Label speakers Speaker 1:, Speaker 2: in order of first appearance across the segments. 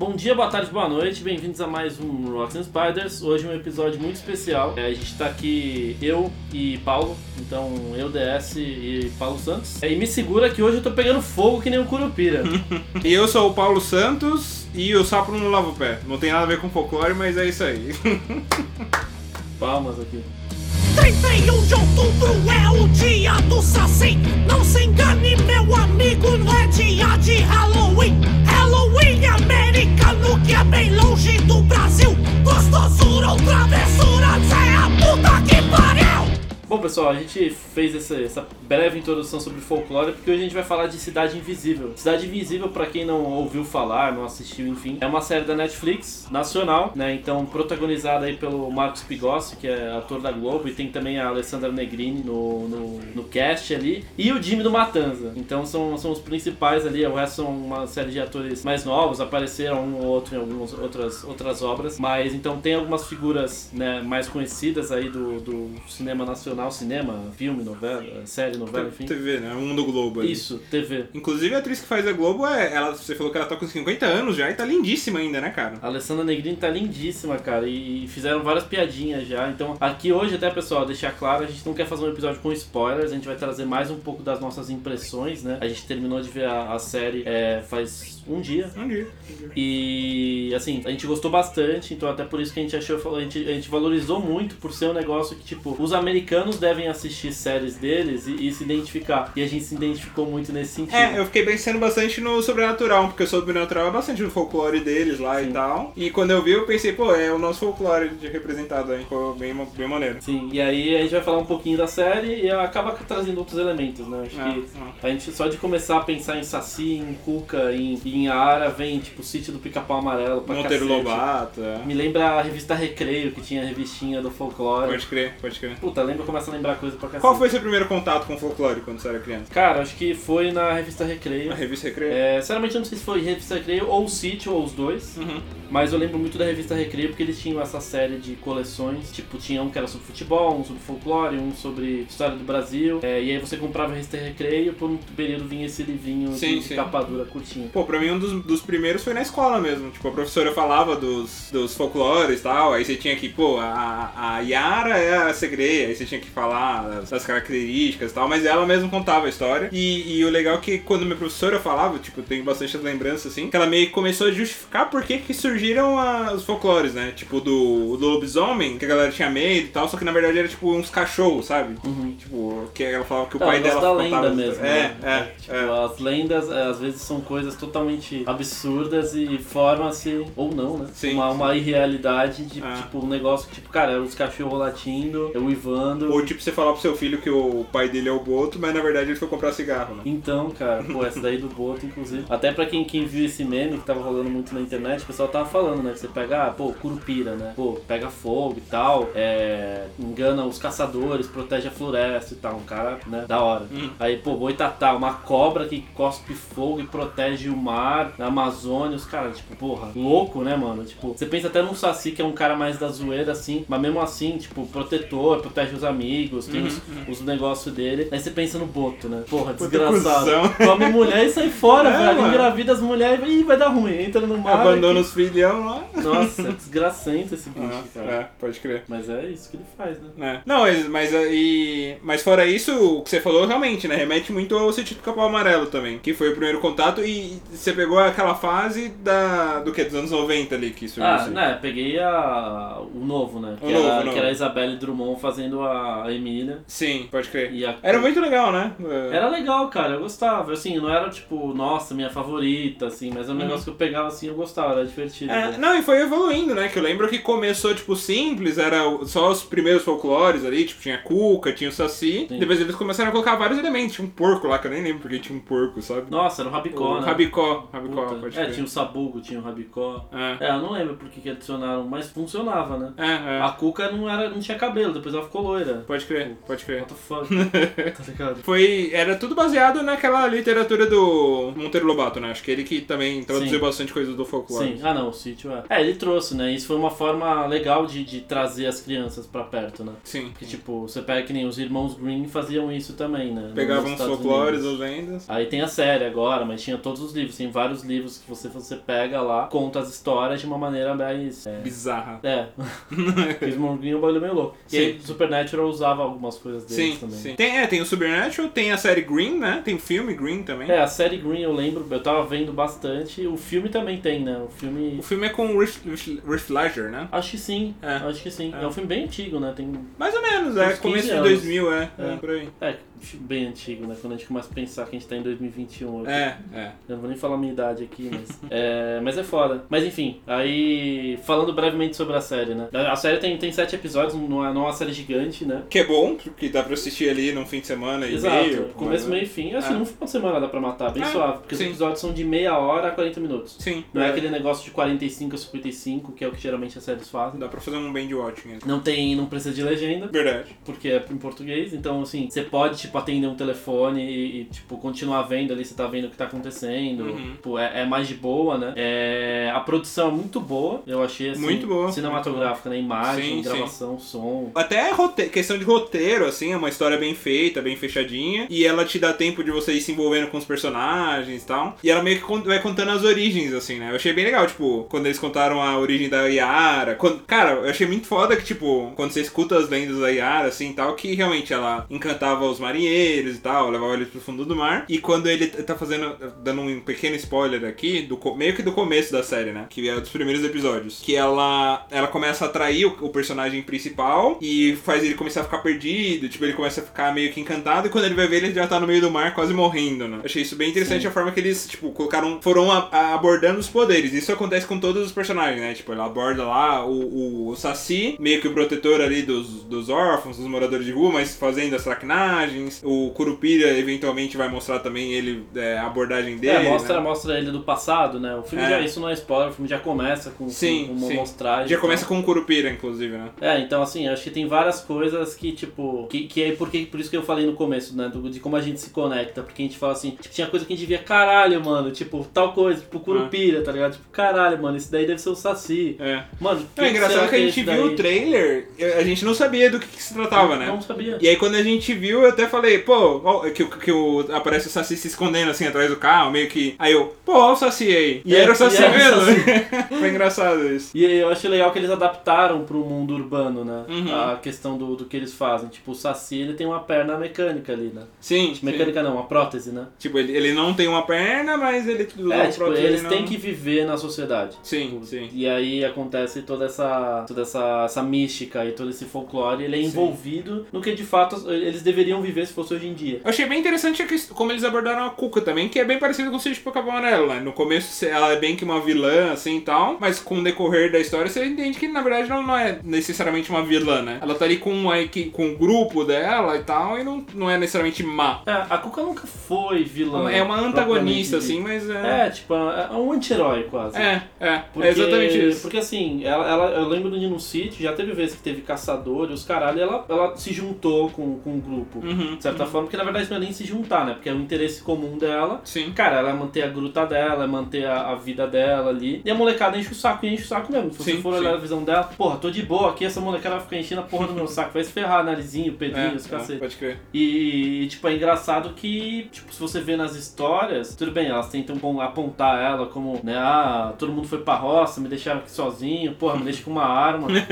Speaker 1: Bom dia, boa tarde, boa noite, bem-vindos a mais um Rocks and Spiders. Hoje um episódio muito especial. É, A gente tá aqui, eu e Paulo, então eu, DS e Paulo Santos. É, E me segura que hoje eu tô pegando fogo que nem um curupira.
Speaker 2: E eu sou o Paulo Santos e o sapo não lava o pé. Não tem nada a ver com folclore, mas é isso aí.
Speaker 1: Palmas aqui.
Speaker 3: 31 de outubro é o dia do Saci. Não se engane, meu amigo, não é dia de Halloween. Halloween americano que é bem longe do Brasil. Gostosura ou travessura, cê é a puta que pariu!
Speaker 1: Bom, pessoal, a gente fez essa, essa breve introdução sobre folclore porque hoje a gente vai falar de Cidade Invisível. Cidade Invisível, pra quem não ouviu falar, não assistiu, enfim, é uma série da Netflix nacional, né? Então, protagonizada aí pelo Marcos Pigossi, que é ator da Globo, e tem também a Alessandra Negrini no, no, no cast ali, e o Jimmy do Matanza. Então, são, são os principais ali, o resto são uma série de atores mais novos, apareceram um ou outro em algumas outras, outras obras, mas então tem algumas figuras né, mais conhecidas aí do, do cinema nacional, cinema, filme, novela, série, novela, enfim.
Speaker 2: TV, né? O Mundo Globo. ali.
Speaker 1: é Isso, TV.
Speaker 2: Inclusive a atriz que faz a Globo, é, ela, você falou que ela tá com 50 anos já e tá lindíssima ainda, né, cara?
Speaker 1: A Alessandra Negrini tá lindíssima, cara, e fizeram várias piadinhas já. Então, aqui hoje, até pessoal, deixar claro, a gente não quer fazer um episódio com spoilers, a gente vai trazer mais um pouco das nossas impressões, né? A gente terminou de ver a, a série é, faz um dia.
Speaker 2: Bom dia.
Speaker 1: E assim, a gente gostou bastante, então até por isso que a gente achou, a gente, a gente valorizou muito por ser um negócio que, tipo, os americanos devem assistir séries deles e, e se identificar. E a gente se identificou muito nesse sentido.
Speaker 2: É, eu fiquei pensando bastante no Sobrenatural, porque o Sobrenatural é bastante do folclore deles lá e tal. E quando eu vi, eu pensei, pô, é o nosso folclore de representado aí, ficou bem, ma- bem maneiro.
Speaker 1: Sim, e aí a gente vai falar um pouquinho da série e acaba trazendo outros elementos, né? Acho
Speaker 2: É,
Speaker 1: que
Speaker 2: é.
Speaker 1: a gente só de começar a pensar em Saci, em Cuca, em, em Ara, vem tipo sítio do Pica-Pau Amarelo pra
Speaker 2: Monteiro
Speaker 1: cacete.
Speaker 2: Lobato, é.
Speaker 1: Me lembra a revista Recreio, que tinha a revistinha do folclore.
Speaker 2: Pode crer, pode crer.
Speaker 1: Puta, lembra, começa a lembrar coisa pra cacete.
Speaker 2: Qual foi seu primeiro contato com o folclore quando você era criança?
Speaker 1: Cara, acho que foi na revista Recreio.
Speaker 2: A revista Recreio?
Speaker 1: É, sinceramente, eu não sei se foi Revista Recreio ou Sítio, ou os dois.
Speaker 2: Uhum.
Speaker 1: Mas eu lembro muito da Revista Recreio porque eles tinham essa série de coleções. Tipo, tinha um que era sobre futebol, um sobre folclore, um sobre história do Brasil. É, e aí você comprava a Revista Recreio, por um período vinha esse livrinho
Speaker 2: Sim,
Speaker 1: de, de
Speaker 2: sim.
Speaker 1: capa dura curtinho.
Speaker 2: Pô, pra mim um dos, dos primeiros foi na escola mesmo. Tipo, a professora falava dos, dos folclores e tal, aí você tinha que, pô, a, a Yara é a segreia, aí você tinha que falar das, das características e tal, mas ela mesma contava a história. E, e o legal é que quando minha professora falava, tipo, eu tenho bastante lembrança assim, que ela meio que começou a justificar por que, que surgiram a- os folclores, né? Tipo, do, do lobisomem, que a galera tinha medo e tal, só que na verdade era tipo uns cachorros, sabe?
Speaker 1: Uhum.
Speaker 2: Tipo, que ela falava que o
Speaker 1: É,
Speaker 2: pai
Speaker 1: o negócio
Speaker 2: dela
Speaker 1: da
Speaker 2: contava
Speaker 1: lenda
Speaker 2: as
Speaker 1: mesmo. né?
Speaker 2: histórias. É, é,
Speaker 1: Tipo,
Speaker 2: é.
Speaker 1: As lendas, é, às vezes, são coisas totalmente absurdas e forma-se, ou não, né?
Speaker 2: Sim,
Speaker 1: uma,
Speaker 2: sim.
Speaker 1: uma irrealidade de,
Speaker 2: É.
Speaker 1: tipo, um negócio que, tipo, cara, os cachorros latindo, é eu uivando.
Speaker 2: Ou tipo, você falar pro seu filho que o pai dele é o Boto, mas na verdade ele foi comprar cigarro, né?
Speaker 1: Então, cara, pô, essa daí do Boto, inclusive. Até pra quem, quem viu esse meme que tava rolando muito na internet, o pessoal tava falando, né? Que você pega, ah, pô, curupira, né? Pô, pega fogo e tal, é, engana os caçadores, protege a floresta e tal. Um cara, né? Da hora. Aí, pô, boitatá, uma cobra que cospe fogo e protege o mar, na Amazônia, os caras, tipo, porra, louco, né, mano? Tipo, você pensa até num Saci, que é um cara mais da zoeira, assim, mas mesmo assim, tipo, protetor, protege os amigos, tem os, os negócios dele. Aí você pensa no Boto, né? Porra,
Speaker 2: Uhum, Puta
Speaker 1: desgraçado.
Speaker 2: cuzão.
Speaker 1: Come mulher e sai fora,
Speaker 2: É,
Speaker 1: velho.
Speaker 2: mano.
Speaker 1: Engravida as mulheres e ih, vai dar ruim. Entra no mar.
Speaker 2: Abandona
Speaker 1: aqui.
Speaker 2: os filhão lá.
Speaker 1: Nossa, é desgracento esse bicho,
Speaker 2: Ah,
Speaker 1: cara.
Speaker 2: é, pode crer.
Speaker 1: Mas é isso que ele faz, né?
Speaker 2: É. Não, mas, mas aí. Mas fora isso, o que você falou realmente, né? Remete muito ao sentido do capão amarelo também. Que foi o primeiro contato e você pegou aquela fase da. do que? Dos anos 90 ali que surgiu.
Speaker 1: Ah,
Speaker 2: isso aí.
Speaker 1: né, peguei a, o novo, né? Que,
Speaker 2: Então, assim. O
Speaker 1: era,
Speaker 2: novo, o novo.
Speaker 1: que era a Isabelle Drummond fazendo a a Emília.
Speaker 2: Sim, pode crer.
Speaker 1: E a- É,
Speaker 2: Era muito legal, né?
Speaker 1: Era legal, cara, eu gostava. Assim, não era tipo, nossa, minha favorita, assim, mas é um negócio que eu pegava assim, eu gostava, era divertido.
Speaker 2: Uhum. É,
Speaker 1: né?
Speaker 2: não, e foi evoluindo, né? Que eu lembro que começou, tipo, simples, era o- só os primeiros folclores ali, tipo, tinha a Cuca, tinha o Saci.
Speaker 1: Sim.
Speaker 2: Depois eles começaram a colocar vários elementos, tinha um porco lá, que eu nem lembro porque tinha um porco, sabe?
Speaker 1: Nossa, era o Rabicó,
Speaker 2: o
Speaker 1: né?
Speaker 2: Rabicó, Rabicó,
Speaker 1: Puta.
Speaker 2: pode
Speaker 1: É,
Speaker 2: crer.
Speaker 1: tinha o Sabugo, tinha o Rabicó.
Speaker 2: É,
Speaker 1: É, eu não lembro porque que adicionaram, mas funcionava, né?
Speaker 2: é, é.
Speaker 1: A Cuca não, era, não tinha cabelo, depois ela ficou loira.
Speaker 2: pode crer, pode crer.
Speaker 1: What the fuck? tá ligado?
Speaker 2: Foi, era tudo baseado naquela literatura do Monteiro Lobato, né? Acho que ele que também traduziu
Speaker 1: Sim.
Speaker 2: bastante coisa do folclore.
Speaker 1: Sim, ah não, o sítio é. É, É, ele trouxe, né? Isso foi uma forma legal de, de trazer as crianças pra perto, né?
Speaker 2: Sim.
Speaker 1: Que tipo, você pega que nem os irmãos Green faziam isso também, né?
Speaker 2: Pegavam
Speaker 1: Nos
Speaker 2: os
Speaker 1: Estados
Speaker 2: folclores,
Speaker 1: Unidos.
Speaker 2: as lendas.
Speaker 1: Aí tem a série agora, mas tinha todos os livros. Tem vários livros que você, você pega lá, conta as histórias de uma maneira mais. É.
Speaker 2: Bizarra.
Speaker 1: é. Porque os irmãos Green é um bagulho meio louco. E aí
Speaker 2: Sim.
Speaker 1: o Supernatural usava algumas coisas deles
Speaker 2: Sim,
Speaker 1: também.
Speaker 2: sim. Tem, é, tem o Supernatural, tem a série Green, né? Tem o filme Green também.
Speaker 1: É, a série Green eu lembro, eu tava vendo bastante. O filme também tem, né? O filme.
Speaker 2: O filme é com o Riff, Riff, Riff Ledger, né?
Speaker 1: Acho que sim,
Speaker 2: É.
Speaker 1: acho que sim.
Speaker 2: É.
Speaker 1: É. um filme bem antigo, né? Tem.
Speaker 2: Mais ou menos, é
Speaker 1: Uns 15
Speaker 2: começo de
Speaker 1: anos.
Speaker 2: 2000, é, é.
Speaker 1: É.
Speaker 2: Por aí.
Speaker 1: É, bem antigo, né? Quando a gente começa a pensar que a gente tá em 2021. aqui.
Speaker 2: É, é.
Speaker 1: Eu não vou nem falar a minha idade aqui, mas. é, mas é foda. Mas enfim, aí. Falando brevemente sobre a série, né? A série tem, tem sete episódios, não é, não é uma série gigante, né?
Speaker 2: Que é bom, porque dá pra assistir ali num fim de semana e
Speaker 1: Exato,
Speaker 2: meio.
Speaker 1: começo,
Speaker 2: mas-
Speaker 1: meio e fim. Acho que
Speaker 2: É.
Speaker 1: num final de semana dá pra matar, bem
Speaker 2: É,
Speaker 1: suave, porque
Speaker 2: sim.
Speaker 1: os episódios são de meia hora a 40 minutos.
Speaker 2: Sim.
Speaker 1: Não é.
Speaker 2: é.
Speaker 1: aquele negócio de 45 a 55, que é o que geralmente as séries fazem.
Speaker 2: Dá pra fazer um binge watching. né?
Speaker 1: Não tem, não precisa de legenda,
Speaker 2: Verdade.
Speaker 1: porque é em português, então assim, você pode, tipo, atender um telefone e, e, tipo, continuar vendo ali, você tá vendo o que tá acontecendo.
Speaker 2: Uhum.
Speaker 1: Tipo, é, é mais de boa, né? É, a produção é muito boa, eu achei assim.
Speaker 2: Muito boa.
Speaker 1: Cinematográfica, né? Imagem,
Speaker 2: Sim, sim.
Speaker 1: gravação, som.
Speaker 2: Até rote- questão de roteiro, assim, é uma história bem feita, bem fechadinha. E ela te dá tempo de você ir se envolvendo com os personagens e tal. E ela meio que con- vai contando as origens, assim, né? Eu achei bem legal, tipo, quando eles contaram a origem da Yara. Quando... Cara, eu achei muito foda que, tipo, quando você escuta as lendas da Yara, assim, e tal, que realmente ela encantava os marinheiros e tal, levava eles pro fundo do mar. E quando ele t- tá fazendo, dando um pequeno spoiler aqui, do, co- meio que do começo da série, né? Que é dos primeiros episódios. Que ela, ela começa a atrair o, o personagem principal e faz ele começar a ficar perdido. Tipo, ele começa a ficar meio que encantado. E quando ele vai ver, ele já tá no meio do mar, quase morrendo, né? Achei isso bem interessante a forma que eles, tipo, colocaram. Foram a- a- abordando os poderes. Isso acontece com todos os personagens, né? Tipo, ela aborda lá o, o, o Saci, meio que o protetor ali dos, dos órfãos, dos moradores de rua, mas fazendo as traquinagens. O Curupira eventualmente vai mostrar também ele, é, a abordagem dele.
Speaker 1: é, mostra,
Speaker 2: né?
Speaker 1: mostra ele do passado, né? O filme
Speaker 2: É.
Speaker 1: já, isso não é spoiler, o filme já começa com,
Speaker 2: Sim,
Speaker 1: com uma
Speaker 2: sim.
Speaker 1: mostragem.
Speaker 2: Já
Speaker 1: e
Speaker 2: começa
Speaker 1: tal.
Speaker 2: com o Curupira, inclusive, né?
Speaker 1: É, então assim, acho que tem várias coisas que, tipo, que, que é porque, por isso que eu falei no começo, né? do- de como a gente se conecta, porque a gente fala assim, tipo, tinha coisa que a gente via, caralho, mano, tipo, tal coisa, tipo,
Speaker 2: Ah.
Speaker 1: curupira, tá ligado? Tipo, caralho, mano, esse daí deve ser o Saci.
Speaker 2: É.
Speaker 1: Mano,
Speaker 2: É engraçado que a gente viu o trailer, eu- a gente não sabia do que, que se tratava, né?
Speaker 1: Não sabia.
Speaker 2: E aí quando a gente viu, eu até falei, pô, ó, que, o- que o, aparece o Saci se escondendo assim atrás do carro, meio que. Aí eu, pô, olha o Saci aí. E
Speaker 1: É,
Speaker 2: era o Saci
Speaker 1: e era o
Speaker 2: mesmo. Foi engraçado isso.
Speaker 1: E eu acho legal que eles adaptaram pro mundo urbano, né?
Speaker 2: Uhum.
Speaker 1: A questão do, do que eles fazem. Tipo, o Saci, ele tem uma perna mecânica ali, né?
Speaker 2: Sim. sim.
Speaker 1: Mecânica não, uma prótese, né?
Speaker 2: Tipo, ele, ele não tem uma perna, mas ele tudo
Speaker 1: é, tipo, eles
Speaker 2: né?
Speaker 1: têm que viver na sociedade.
Speaker 2: Sim, sim.
Speaker 1: E aí acontece toda essa toda essa, essa mística e todo esse folclore, ele é
Speaker 2: Sim.
Speaker 1: envolvido no que de fato eles deveriam viver se fosse hoje em dia.
Speaker 2: Eu achei bem interessante a quest- como eles abordaram a Cuca também, que é bem parecido com o Sítio de Pacabão Amarelo, né? No começo cê- ela é bem que uma vilã, assim e tal, mas com o decorrer da história você entende que na verdade não, não é necessariamente uma vilã, né? Ela tá ali com, a, equi- com o grupo dela e tal, e não, não é necessariamente má.
Speaker 1: É, a Cuca nunca foi vilã.
Speaker 2: É uma antagonista, assim,
Speaker 1: propriamente
Speaker 2: mas
Speaker 1: dita.
Speaker 2: é.
Speaker 1: É, tipo, é um anti-herói quase.
Speaker 2: É, é. É exatamente isso.
Speaker 1: Porque assim, ela, ela- eu lembro de num sítio, já teve vezes que teve caçador e os caralho, e ela, ela se juntou com, com o grupo.
Speaker 2: Uhum,
Speaker 1: De certa forma, porque na verdade não é nem se juntar, né? Porque é um interesse comum dela.
Speaker 2: Sim.
Speaker 1: Cara, ela é manter a gruta dela, é manter a, a vida dela ali. E a molecada enche o saco, e enche o saco mesmo. Se você
Speaker 2: Sim,
Speaker 1: for
Speaker 2: sim.
Speaker 1: olhar a visão dela, porra, tô de boa aqui, essa molecada vai ficar enchendo a porra do meu saco. Vai se ferrar, narizinho, pedrinho,
Speaker 2: É,
Speaker 1: os
Speaker 2: é,
Speaker 1: cacete.
Speaker 2: pode crer.
Speaker 1: E, tipo, é engraçado que, tipo, se você vê nas histórias, tudo bem, elas tentam pon- apontar ela como, né, ah, todo mundo foi pra roça, me deixaram aqui sozinho, porra, me deixa com uma arma. né,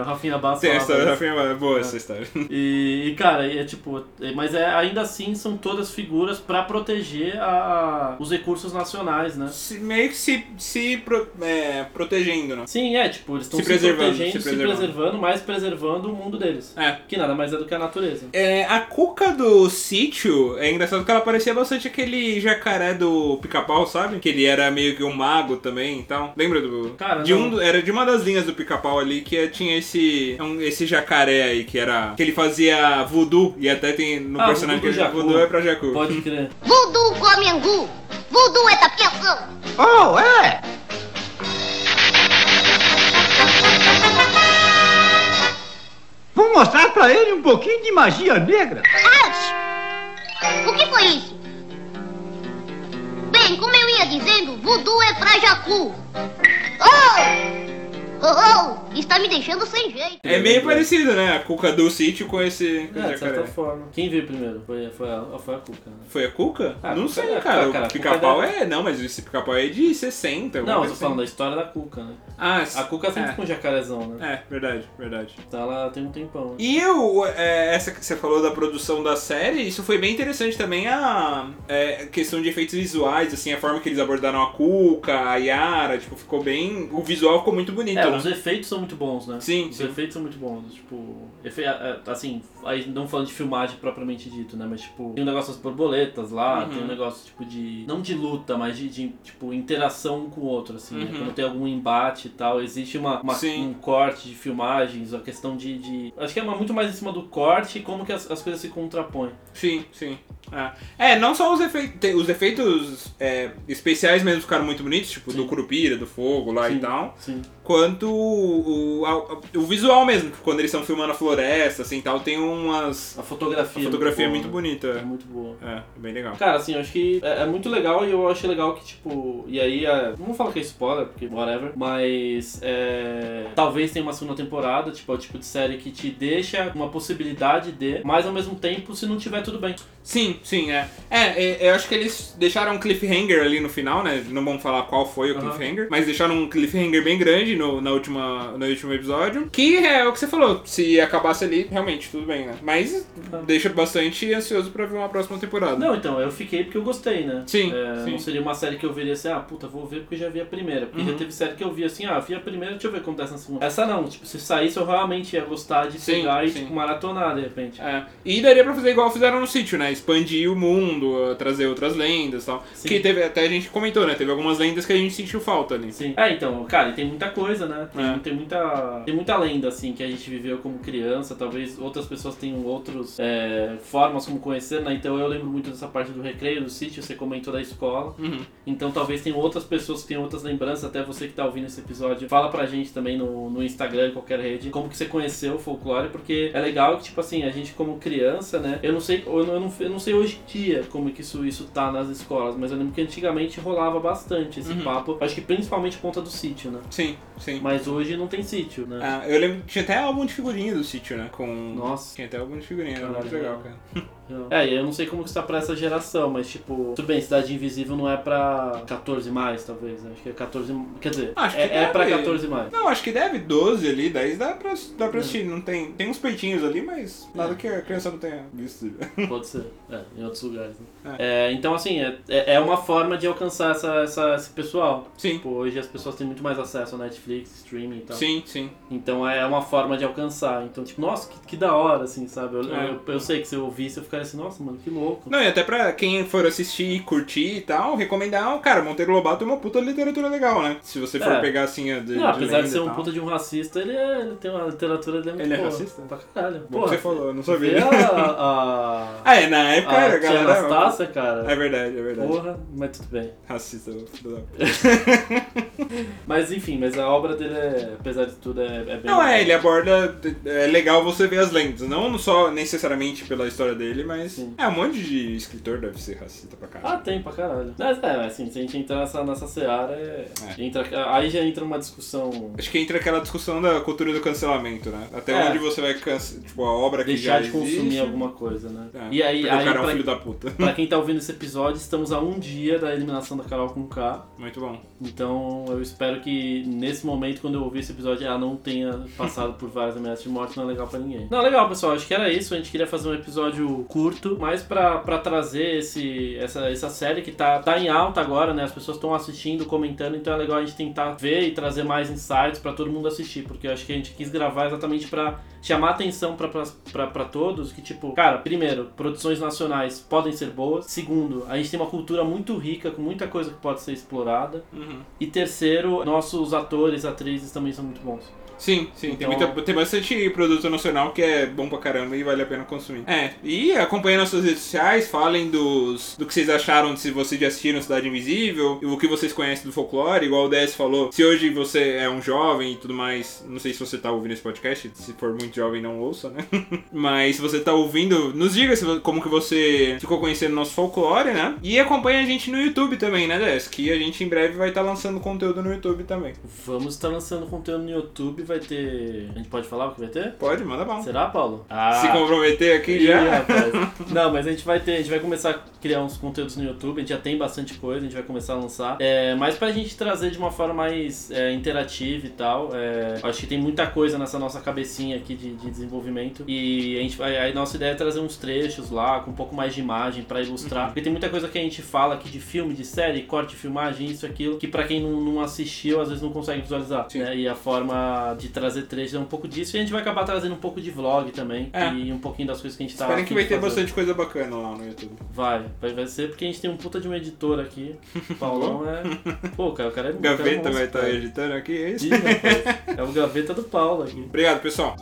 Speaker 1: o Rafinha Bassa
Speaker 2: Sim, a
Speaker 1: falava
Speaker 2: história da
Speaker 1: isso.
Speaker 2: firma é boa essa história.
Speaker 1: E, e, cara, é tipo, é- mas é, ainda assim são todas figuras pra proteger a- os recursos nacionais, né?
Speaker 2: Se- meio que se, se pro- é, protegendo, né?
Speaker 1: Sim, é, tipo, eles estão
Speaker 2: Se
Speaker 1: se,
Speaker 2: preservando,
Speaker 1: protegendo,
Speaker 2: se
Speaker 1: se
Speaker 2: preservando.
Speaker 1: preservando. mas preservando o mundo deles.
Speaker 2: É.
Speaker 1: Que nada mais é do que a natureza.
Speaker 2: É, a cuca do sítio é engraçado que ela parecia bastante aquele jacaré do pica-pau, sabe? Que ele era meio que um mago também e tal. Lembra do.
Speaker 1: Cara,
Speaker 2: de
Speaker 1: não.
Speaker 2: um, do- Era de uma das linhas do pica-pau ali que é, tinha esse. um- esse jacaré aí que era. que ele fazia voodoo e até tem no
Speaker 1: Ah,
Speaker 2: personagem que ele
Speaker 1: voodoo
Speaker 2: já
Speaker 1: Jacu.
Speaker 2: voodoo é pra Jacu.
Speaker 1: Pode crer.
Speaker 4: Voodoo come and goo. Voodoo é da pensão.
Speaker 5: Oh, é! Vou mostrar pra ele um pouquinho de magia negra.
Speaker 4: Ouch! O que foi isso? Bem, como eu ia dizendo, voodoo é pra Jacu. Oh! Está me deixando sem jeito.
Speaker 2: É meio parecido, né? A Cuca do sítio com esse. com
Speaker 1: É,
Speaker 2: esse
Speaker 1: de certa
Speaker 2: jacaré.
Speaker 1: forma. Quem viu primeiro? Foi, foi, a, foi a Cuca, né?
Speaker 2: Foi a Cuca?
Speaker 1: Ah,
Speaker 2: não
Speaker 1: Cuca
Speaker 2: sei,
Speaker 1: é-
Speaker 2: cara.
Speaker 1: ah, cara,
Speaker 2: o
Speaker 1: Cuca
Speaker 2: pica-pau
Speaker 1: deve-
Speaker 2: é. Não, mas esse pica-pau é de 60. alguma
Speaker 1: Não, eu
Speaker 2: coisa
Speaker 1: tô
Speaker 2: assim.
Speaker 1: falando da história da Cuca, né?
Speaker 2: Ah,
Speaker 1: A Cuca sempre com jacarezão, né?
Speaker 2: É, verdade, verdade.
Speaker 1: Tá lá tem um tempão. né?
Speaker 2: E eu, é, essa que você falou da produção da série, isso foi bem interessante também a é, questão de efeitos visuais, assim, a forma que eles abordaram a Cuca, a Yara, tipo, ficou bem. O visual ficou muito bonito,
Speaker 1: É,
Speaker 2: né?
Speaker 1: os efeitos são muito bons, né?
Speaker 2: Sim,
Speaker 1: Os
Speaker 2: sim.
Speaker 1: efeitos são muito bons. Tipo, efe- a- a- assim, aí não falando de filmagem propriamente dito, né? Mas, tipo, tem um negócio das borboletas lá,
Speaker 2: Uhum.
Speaker 1: tem um negócio, tipo, de. Não de luta, mas de, de, tipo, interação um com o outro, assim. né?
Speaker 2: Uhum.
Speaker 1: Quando tem algum embate e tal, existe uma, uma-
Speaker 2: Sim.
Speaker 1: um corte de filmagens, a questão de. de- Acho que é uma- muito mais em cima do corte e como que as, as coisas se contrapõem.
Speaker 2: Sim, sim. Ah. É, não só os efeitos. te- Os efeitos é, especiais mesmo ficaram muito bonitos, tipo, do
Speaker 1: Sim.
Speaker 2: Curupira, do fogo lá e
Speaker 1: Sim.
Speaker 2: tal.
Speaker 1: Sim.
Speaker 2: Quanto o, o, a- o visual mesmo, tipo, quando eles estão filmando a floresta, assim e tal, tem umas.
Speaker 1: A fotografia.
Speaker 2: A fotografia é muito
Speaker 1: boa,
Speaker 2: bonita.
Speaker 1: né? É muito boa.
Speaker 2: É, bem legal.
Speaker 1: Cara, assim, eu acho que é, é muito legal e eu achei legal que, tipo, e aí, é, não vou falar que é spoiler, porque whatever, mas é, talvez tenha uma segunda temporada, tipo, é o tipo de série que te deixa uma possibilidade de, mas ao mesmo tempo, se não tiver, tudo bem.
Speaker 2: Sim, sim, é. É, é, eu acho que eles deixaram um cliffhanger ali no final, né? Não vamos falar qual foi o
Speaker 1: Aham.
Speaker 2: cliffhanger, mas deixaram um cliffhanger bem grande no, na última, no último episódio. Que é o que você falou, se acabasse ali, realmente, tudo bem, né? Mas deixa bastante ansioso pra ver uma próxima temporada.
Speaker 1: Não, então, eu fiquei porque eu gostei, né?
Speaker 2: Sim,
Speaker 1: É,
Speaker 2: sim.
Speaker 1: Não seria uma série que eu veria assim, ah, puta, vou ver porque já vi a primeira. Porque
Speaker 2: Uhum.
Speaker 1: já teve série que eu vi assim, ah, vi a primeira, deixa eu ver como tá essa segunda. Essa não, tipo, se saísse eu realmente ia gostar de
Speaker 2: Sim,
Speaker 1: pegar e,
Speaker 2: sim.
Speaker 1: tipo, maratonar de repente.
Speaker 2: É, E daria pra fazer igual fizeram no sítio, né? Expandir o mundo, trazer outras lendas e tal.
Speaker 1: Sim.
Speaker 2: Que teve, até a gente comentou, né? Teve algumas lendas que a gente sentiu falta ali.
Speaker 1: Sim. É, então, cara, e tem muita coisa, né? Tem,
Speaker 2: É.
Speaker 1: tem muita. Tem muita lenda, assim, que a gente viveu como criança. Talvez outras pessoas tenham outras formas como conhecer, né? Então eu lembro muito dessa parte do recreio, do sítio, você comentou da escola.
Speaker 2: Uhum.
Speaker 1: Então talvez tenham outras pessoas que tenham outras lembranças, até você que tá ouvindo esse episódio. Fala pra gente também no, no Instagram, em qualquer rede, como que você conheceu o folclore, porque é legal que, tipo assim, a gente como criança, né? Eu não sei, eu não, eu não, eu não sei hoje em dia como que isso, isso tá nas escolas, mas eu lembro que antigamente rolava bastante esse
Speaker 2: Uhum.
Speaker 1: papo. Acho que principalmente por conta do sítio, né?
Speaker 2: Sim, sim.
Speaker 1: Mas hoje não tem sítio, né?
Speaker 2: Ah, eu lembro que tinha até álbum de figurinha do sítio, né? Com.
Speaker 1: Nossa.
Speaker 2: Tinha até álbum de figurinha, era
Speaker 1: Caralho,
Speaker 2: muito legal,
Speaker 1: não.
Speaker 2: cara.
Speaker 1: É, e eu não sei como que está pra essa geração, mas tipo, tudo bem, Cidade Invisível não é pra 14 mais, talvez. né? Acho que é 14. Quer dizer,
Speaker 2: Acho que
Speaker 1: é, é
Speaker 2: deve.
Speaker 1: pra 14 mais.
Speaker 2: Não, acho que deve 12 ali, 10 dá pra, dá pra
Speaker 1: É.
Speaker 2: assistir. Não tem, tem uns peitinhos ali, mas nada
Speaker 1: É.
Speaker 2: que a criança não tenha visto.
Speaker 1: Pode ser, é, em outros lugares. Né? É, então, assim, é, é é uma forma de alcançar essa, essa- esse pessoal.
Speaker 2: Sim.
Speaker 1: Tipo, hoje as pessoas têm muito mais acesso a Netflix, streaming e tal.
Speaker 2: Sim, sim.
Speaker 1: Então é uma forma de alcançar. Então, tipo, nossa, que, que da hora, assim, sabe? Eu,
Speaker 2: É.
Speaker 1: eu, eu sei que se eu ouvisse, eu ficaria assim, nossa, mano, que louco.
Speaker 2: Não, e até pra quem for assistir e curtir e tal, recomendar, cara, Monteiro Lobato é uma puta literatura legal, né? Se você for
Speaker 1: É.
Speaker 2: pegar assim a de,
Speaker 1: Não, apesar
Speaker 2: lenda
Speaker 1: de ser
Speaker 2: e
Speaker 1: um
Speaker 2: tal.
Speaker 1: puta de um racista, ele, é, ele tem uma literatura dele muito
Speaker 2: Ele é
Speaker 1: boa.
Speaker 2: racista?
Speaker 1: Pra caralho.
Speaker 2: Bom,
Speaker 1: Porra,
Speaker 2: você falou, eu não
Speaker 1: vê
Speaker 2: sabia.
Speaker 1: a, a,
Speaker 2: ah, é, na época era,
Speaker 1: a tia
Speaker 2: galera.
Speaker 1: Anastácia, cara.
Speaker 2: É verdade, é verdade.
Speaker 1: Porra, mas tudo bem.
Speaker 2: Racista. filho da-
Speaker 1: Mas enfim, mas a obra dele, é, apesar de tudo, é, é bem...
Speaker 2: Não, é, ele aborda. É legal você ver as lendas. Não só necessariamente pela história dele, mas.
Speaker 1: Sim.
Speaker 2: É, um monte de escritor deve ser racista pra caralho.
Speaker 1: Ah, tem pra caralho. Mas é, assim, se a gente entrar nessa, nessa seara, é-
Speaker 2: É.
Speaker 1: entra- aí já entra uma discussão.
Speaker 2: Acho que entra aquela discussão da cultura do cancelamento, né? Até
Speaker 1: É.
Speaker 2: onde você vai cancelar. Tipo, a obra que já
Speaker 1: Deixar de consumir
Speaker 2: existe.
Speaker 1: alguma coisa, né?
Speaker 2: É,
Speaker 1: E aí,
Speaker 2: porque
Speaker 1: aí
Speaker 2: o cara é um
Speaker 1: pra,
Speaker 2: filho da puta.
Speaker 1: pra quem tá ouvindo esse episódio, estamos a um dia da eliminação da Carol com K.
Speaker 2: Muito bom.
Speaker 1: Então eu espero que nesse momento, quando eu ouvir esse episódio, ela não tenha passado por várias ameaças de morte, não é legal pra ninguém. Não, legal, pessoal, acho que era isso. A gente queria fazer um episódio curto, mas pra, pra trazer esse, essa, essa série que tá, tá em alta agora, né? As pessoas estão assistindo, comentando, então é legal a gente tentar ver e trazer mais insights pra todo mundo assistir, porque eu acho que a gente quis gravar exatamente pra chamar atenção pra, pra, pra, pra todos que, tipo, cara, primeiro, produções nacionais podem ser boas. Segundo, a gente tem uma cultura muito rica, com muita coisa que pode ser explorada.
Speaker 2: Uhum.
Speaker 1: E terceiro, nossos atores, atrizes também são muito bons.
Speaker 2: Sim, sim.
Speaker 1: Então-
Speaker 2: Tem, muita- tem bastante produto nacional que é bom pra caramba e vale a pena consumir. É, e acompanhem nossas redes sociais, falem dos, do que vocês acharam se vocês já assistiram Cidade Invisível, e o que vocês conhecem do folclore, igual o DS falou. Se hoje você é um jovem e tudo mais, não sei se você tá ouvindo esse podcast, se for muito jovem não ouça, né? Mas se você tá ouvindo, nos diga se vo- como que você ficou conhecendo nosso folclore, né? E acompanha a gente no YouTube também, né, DS? Que a gente em breve vai estar lançando tá conteúdo no YouTube também.
Speaker 1: Vamos estar lançando conteúdo no YouTube, vai ter. A gente pode falar o que vai ter?
Speaker 2: Pode, manda bala.
Speaker 1: Será, Paulo? Ah,
Speaker 2: Se comprometer aqui
Speaker 1: Ih,
Speaker 2: já.
Speaker 1: rapaz. Não, mas a gente vai ter, a gente vai começar a criar uns conteúdos no YouTube, a gente já tem bastante coisa, a gente vai começar a lançar. É, mas pra gente trazer de uma forma mais é, interativa e tal, é, acho que tem muita coisa nessa nossa cabecinha aqui de, de desenvolvimento. E a, gente, vai- a, nossa ideia é trazer uns trechos lá, com um pouco mais de imagem pra ilustrar.
Speaker 2: Uhum.
Speaker 1: Porque tem muita coisa que a gente fala aqui de filme, de série, corte, filmagem, isso, aquilo, que pra quem não, não assistiu, às vezes não consegue visualizar.
Speaker 2: Sim.
Speaker 1: né? E a forma de trazer trechos é um pouco disso. E a gente vai acabar trazendo um pouco de vlog também.
Speaker 2: É.
Speaker 1: E um pouquinho das coisas que a gente tá
Speaker 2: Esperem
Speaker 1: afim
Speaker 2: que vai
Speaker 1: de
Speaker 2: ter
Speaker 1: fazer.
Speaker 2: bastante coisa bacana lá no YouTube.
Speaker 1: Vai, vai, vai ser porque a gente tem um puta de um editor aqui. O Paulão é. Pô, cara, o cara é o cara é
Speaker 2: Gaveta
Speaker 1: monstro,
Speaker 2: vai tá estar
Speaker 1: cara.
Speaker 2: editando aqui, é isso?
Speaker 1: Ih, rapaz, É o gaveta do Paulo aqui.
Speaker 2: Obrigado, pessoal.